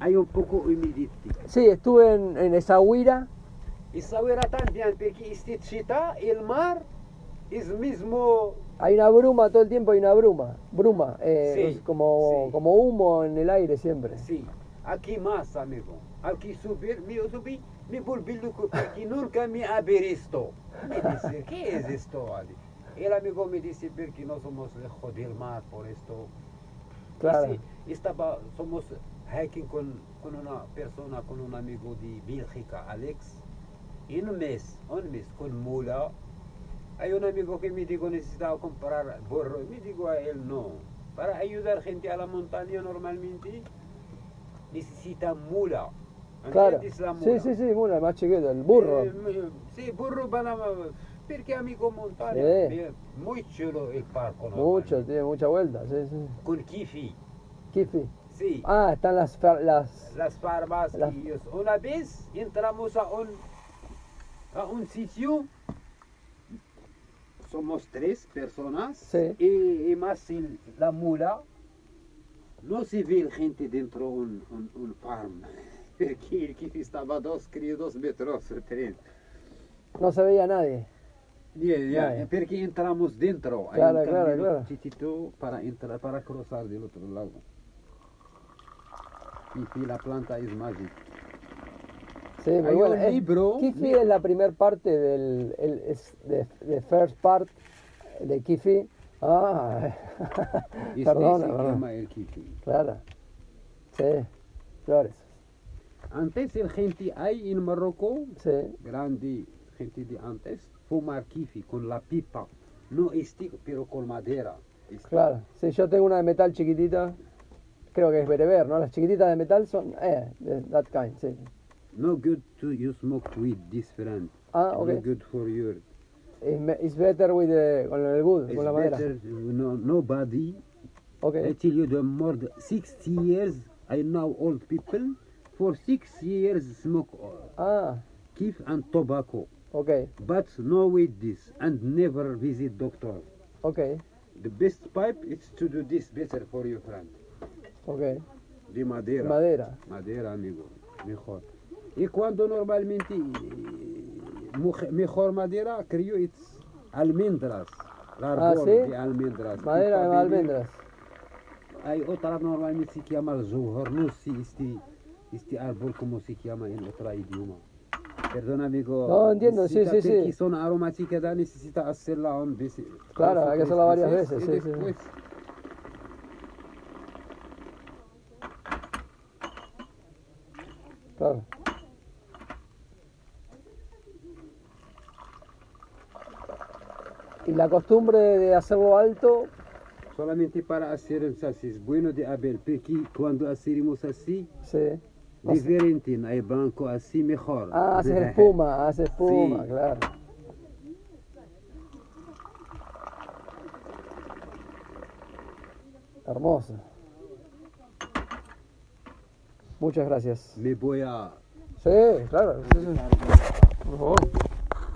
hay un poco humedad. Sí, estuve en, en Essaouira. Essaouira también, porque este chita, el mar, es mismo Hay una bruma, todo el tiempo hay una bruma. Bruma, eh, Sí, es como, sí. como humo en el aire siempre. Sí, aquí más, amigo. Aquí subir, me subí, me volví loco porque nunca me abristo. Me dice, ¿qué es esto, Ali? El amigo me dice, porque no somos lejos del mar por esto. Claro. Dice, estaba, somos hiking con, con una persona, con un amigo de Bélgica, Alex. Y un mes, un mes, con mula. Hay un amigo que me dijo, necesitaba comprar burro. Me digo a él, no. Para ayudar gente a la montaña normalmente necesita mula. Claro. ¿Entiendes la Sí, mula? sí, sí, mula, el más chiquito, el burro. Eh, m- sí, burro para... Porque amigo montaña. Sí. eh, Muy chulo el parco. Mucho, normalmente. tiene mucha vuelta. Sí, sí. Con kifi. Kifi. Sí. Ah, están las, fa- las. las farmacias. Las- Una vez entramos a un, a un sitio, somos tres personas Sí. y, y más el- la mula. No se ve gente dentro de un, un, un farm, porque el que estaba dos, creo, dos metros, tres. No se veía nadie. Ya, ya, Ya, ya. porque entramos dentro. hay Claro, un claro, camino claro. chiquitito para entrar, para cruzar del otro lado. Y, y la planta es mágica. Sí, muy Hay buena. un Es- libro- Kifi es la primer parte del. El, es de, de first part de Kifi. Ah, Y perdona, se perdona. quema el kifi. Claro. Sí, flores. Antes el gente hay en Marruecos, Sí, grande gente de antes, fumar kifi con la pipa, no stick, pero con madera. Stick. claro. Sí, yo tengo una de metal chiquitita. Creo que es bereber, ¿no? Las chiquititas de metal son. Eh, de that kind, sí. No good to you smoke weed, this friend. Ah, No ok. good for you. It's, me- it's better with the, con el good, It's con la madera. better to know nobody. Ok. I tell you the more than 60 years, I know old people. For six years smoke uh, Ah, kif and tobacco, ok, but no weed this and never visit doctor. ok, The best pipe is to do this better for your friend. ok. De madera. Madera. Madera, amigo. Mejor. Y cuando normalmente eh, muj- mejor madera, creo it's almendras. El árbol Ah, ¿sí? de almendras. Madera Y de para almendras. vivir, Hay otra normalmente se llama zohor. No sé este, este árbol como se llama en otro idioma. Perdón, amigo. No, entiendo, sí, necesita- sí, sí. porque Son aromáticas, da, necesita hacerla un veces. Claro, dos o hay que tres hacerla varias veces, y sí, sí, sí. después Claro. Y la costumbre de hacerlo alto, solamente para hacer así. Es bueno de Abel, porque cuando hacemos así, sí. No sé. diferente, hay blanco así mejor. Ah, haces espuma, haces espuma, Sí. claro. Hermoso. Muchas gracias. Me voy a Sí, claro. sí, sí. Por favor.